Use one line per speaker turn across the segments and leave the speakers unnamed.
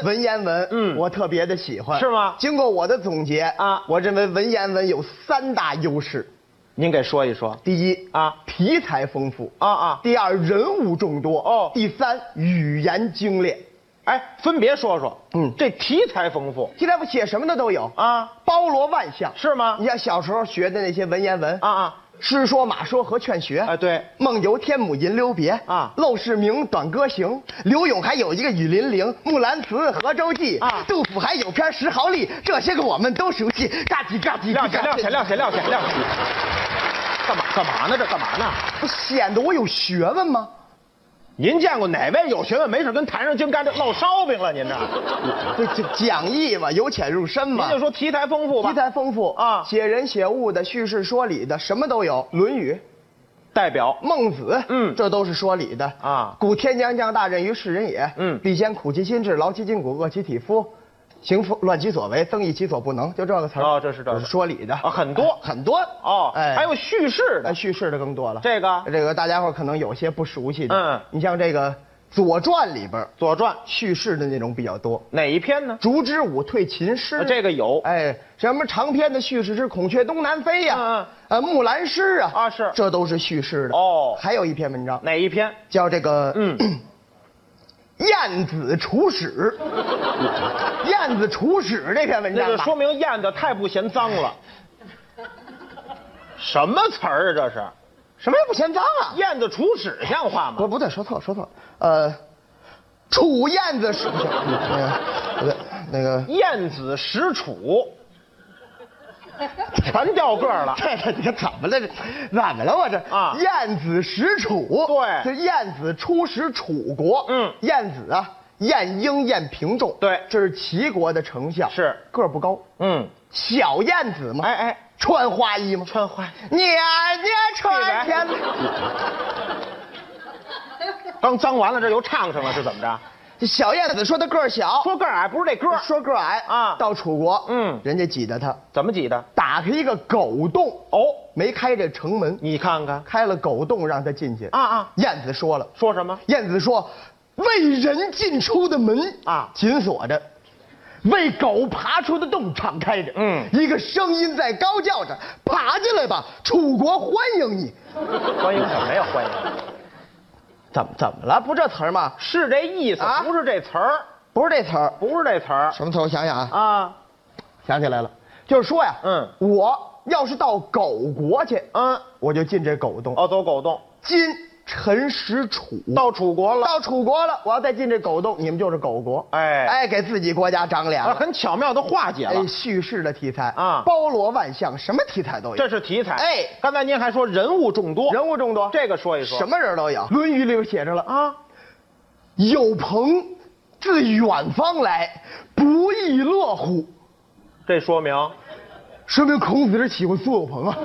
文言文，嗯，我特别的喜欢，
是吗
经过我的总结
啊
我认为文言文有三大优势：
您给说一说。
第一
啊
题材丰富；
啊啊，
第二，人物众多；
哦
第三，语言精炼。
哎，分别说说。
嗯
这题材丰富
题材我写什么的都有，
啊，
包罗万象。
是吗
你？像小时候学的那些文言文
啊，啊，
诗说马说和劝学
哎，对，
梦游天姥吟留别
啊
陋室铭短歌行，柳永还有一个雨霖铃，木兰辞河州记
啊
杜甫还有篇石壕吏，这些个我们都熟悉。嘎叽嘎叽，
亮起
嘎叽
亮起亮起亮起亮起，干嘛干嘛呢？这干嘛呢？
不显得我有学问吗？
您见过哪位有学问没事跟坛上京干这烙烧饼了？您 这，
这这讲义嘛，由浅入深嘛
您就，说题材丰富吧。
题材丰富
啊
写人写物的、叙事说理的，什么都有，《论语》。
代表
孟子，
嗯
这都是说理的
啊
古天将降大任于世人也，
嗯
必先苦其心志，劳其筋骨，饿其体肤，行夫乱其所为，增益其所不能，就这个词儿。
哦这是这个
我说理的哎
啊很多
很多
哦，还有叙事
那
的
叙事的更多了。
这个《
这个大家伙儿可能有些不熟悉的，
嗯
你像这个《左传》里边儿
左传》
叙事的内容比较多，
哪一篇呢？
竹之武退秦
啊
师，
这个有
哎，什么长篇的叙事是《孔雀东南飞》呀，
嗯嗯
呃，《木兰诗》啊，
啊是
这都是叙事的。
哦
还有一篇文章，
哪一篇？
叫这个
嗯，
晏子楚 使》。晏子楚使》这篇文
那
章
就
吧
说明燕子太不嫌脏了。哎什么词儿啊？这是
什么也不嫌脏啊。
燕子出屎像话
不
吗？
不对，说错了说错了，呃，楚燕子楚，那个不对，那个
燕子使楚，全掉个儿了。
这这这怎么了？这怎么了？我这
啊
晏子使楚，
对
这晏子出使楚国，
嗯
晏子啊，晏婴、晏平仲，
对
这是齐国的丞相，
是
个儿不高，
嗯，
小晏子嘛，
哎哎，
穿花衣吗？
穿花
你啊，你穿天
对刚脏完了，这又唱上了，是怎么着？
这小燕子说他个儿小，
说个儿矮啊不是这歌儿，
说个儿矮
啊
到楚国，
嗯
人家挤得他，
怎么挤的？
打开一个狗洞，
哦，
没开这城门，
你看看
开了狗洞让他进去。
啊啊，
燕子说了，
说什么？
燕子说：“为人进出的门
啊
紧锁着，为狗爬出的洞敞开着。”
嗯
一个声音在高叫着：“爬进来吧，楚国欢迎你。
欢迎什么呀？欢迎，”
怎么怎么了？不这词儿吗？
是这意思，
啊
不是这词儿，
不是这词儿，
不是这词儿
什么词儿？我想想啊，
啊。
想起来了，就是说呀，
嗯
我要是到狗国去，
嗯，
我就进这狗洞。
哦，走狗洞，
今臣使楚，
到楚国了。
到楚国了，我要再进这狗洞，你们就是狗国。
哎
哎，给自己国家长脸
啊，
了。
很巧妙的化解了
哎，。叙事的题材
啊
包罗万象，什么题材都有。
这是题材。
哎
刚才您还说人物众多，
人物众多，
这个说一说。
什么人都有，《论语》里边写着了啊，
啊？
有朋自远方来，不亦乐乎。
这说明
说明孔子是喜欢苏有朋啊，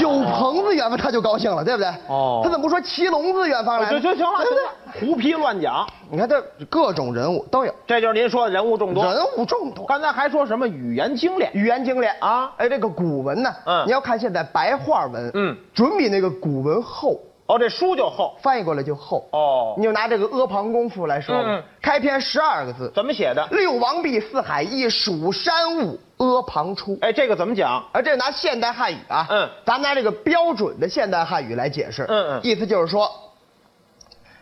有朋自远方他就高兴了，对不对？
嗯哦
他怎么不说骑龙自远方来呢？
行行行了，
对
行
不对
了，胡批乱讲。
你看这各种人物都有，
这就是您说的人物众多。
人物众多，
刚才还说什么语言精炼？
语言精炼
啊
哎，这个古文呢，
嗯
你要看现在白话文，
嗯，
准比那个古文厚，
哦，这书就厚
翻译过来就厚。
哦
你。就拿这个阿房宫赋来说吧，
嗯嗯
开篇十二个字：
怎么写的？
六王毕四海一蜀山兀阿房出。
哎，这个怎么讲？
啊而这拿现代汉语啊，
嗯
咱们拿这个标准的现代汉语来解释，
嗯嗯
意思就是说，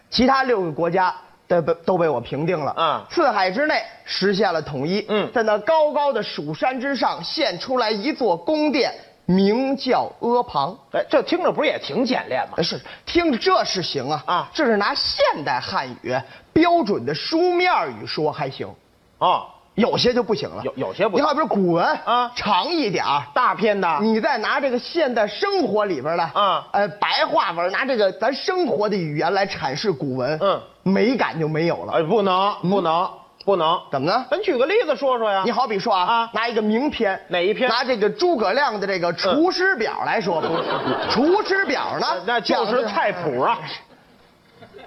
其他六个国家都被都被我平定了，
啊
四海之内实现了统一，
嗯
在那高高的蜀山之上现出来一座宫殿，名叫阿房。
哎，这听着不是也挺简练吗
哎？是，听着这是行啊
啊
这是拿现代汉语标准的书面语说还行，
啊，
有些就不行了。
有有些不
你好比如古文
啊
长一点儿
大篇的
你再拿这个现代生活里边的
啊
呃，白话文，拿这个咱生活的语言来阐释古文，
嗯，
美感就没有了。
哎，不能不能不能。
怎么呢？
咱举个例子说说呀。
嗯你好比说啊，
啊
拿一个名篇，
哪一篇
拿这个诸葛亮的这个《厨师 表》来说吧，《厨师表》呢，
那就是
讲
菜谱啊。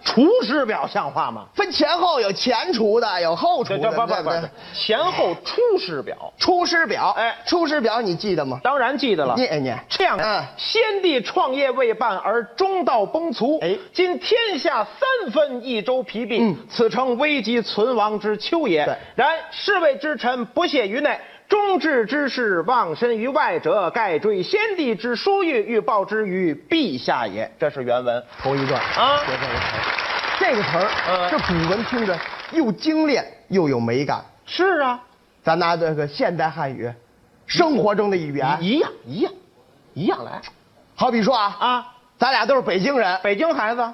厨师表像话吗？
分前后有前厨的，有后厨
这
的，
这不不
对
不
不对
是？，前后出师表，
出师表，
哎啊
出师表你记得吗？
当然记得了。
念一念
这样，
嗯
先帝创业未半而中道崩殂，
哎
今天下三分，益州疲弊，
嗯
此诚危急存亡之秋也。
对
然士为之臣，不懈于内。忠志之士，忘身于外者，盖追先帝之殊遇，欲报之于陛下也。这是原文。
头一段
啊
学这个词儿，这个词儿，
嗯
这古文听着又精炼又有美感。
是啊，
咱拿这个现代汉语，生活中的语言，
一样一样，一样来
好比说啊
啊！
咱俩都是北京人，
北京孩子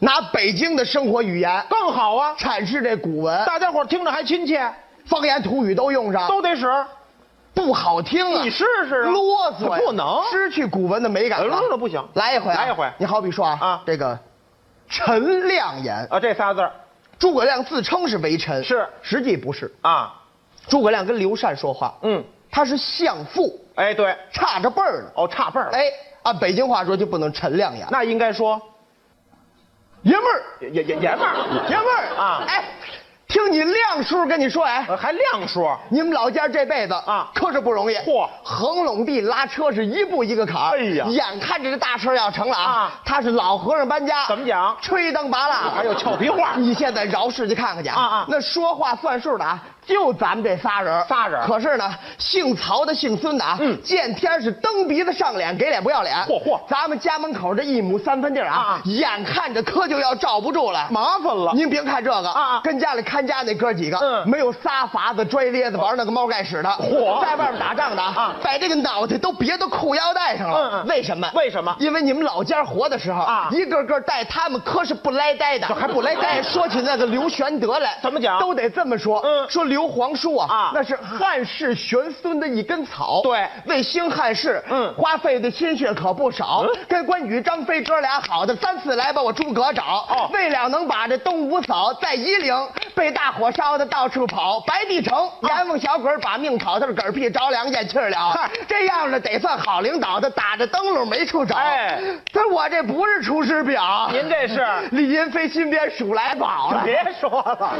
拿北京的生活语言
更好啊，
阐释这古文，
大家伙听着还亲切，
方言土语都用上，
都得使。
不好听啊！
你试试啊
啰嗦呀，
不能
失去古文的美感了
呃。不行
来一回啊，
来一回
你好比说啊，
啊
这个陈亮言，
啊，这仨字儿
诸葛亮自称是为臣，
是
实际不是。
啊，
诸葛亮跟刘禅说话，
嗯，
他是相父，
哎，对，
差着辈儿呢。
哦，差辈儿了，
哎，按北京话说就不能陈亮言，
那应该说
爷们儿，
爷爷爷们儿，
爷们儿
啊
哎，听你亮叔跟你说，哎，
呃还亮说，
你们老家这辈子
啊
可是不容易。
嚯
横垄地拉车是一步一个坎儿。
哎呀
眼看着这大事要成了啊！
啊
他是老和尚搬家，
怎么讲
吹灯拔蜡，哎
还有俏皮话
你现在饶世界看看去
啊啊
那说话算数的啊，就咱们这仨人儿。
仨人儿
可是呢，姓曹的、姓孙的啊，
嗯
见天是蹬鼻子上脸，给脸不要脸。
嚯嚯
咱们家门口这一亩三分地儿啊，
啊啊
眼看着可就要罩不住了。
麻烦了
您别看这个
啊啊
跟家里看家那哥几个，
嗯
没有仨法子拽咧子玩那个猫盖屎的，
嚯
在外面打仗的啊
啊，
把这个脑袋都别到裤腰带上了。
嗯嗯
为什么？
为什么
因为你们老家活的时候
啊
一个个带他们可是不来呆的，还不来呆。说起那个刘玄德来，
怎么讲
都得这么说。
嗯
说刘皇叔啊，
啊
那是汉室玄孙的一根草。
对
为兴汉室，
嗯
花费的心血可不少。跟关羽、张飞哥俩好的三次来把我诸葛找。
哦
为了能把这东吴嫂在夷陵被大火烧的到处跑，白帝城
哦
阎王小鬼把命烤，他是嗝屁着凉咽气儿了
嗨。
这样的得算好领导的，打着灯笼没处找。
哎
他我这不是《出师表》，
您这是
李云飞新编《数来宝》了。
别说了，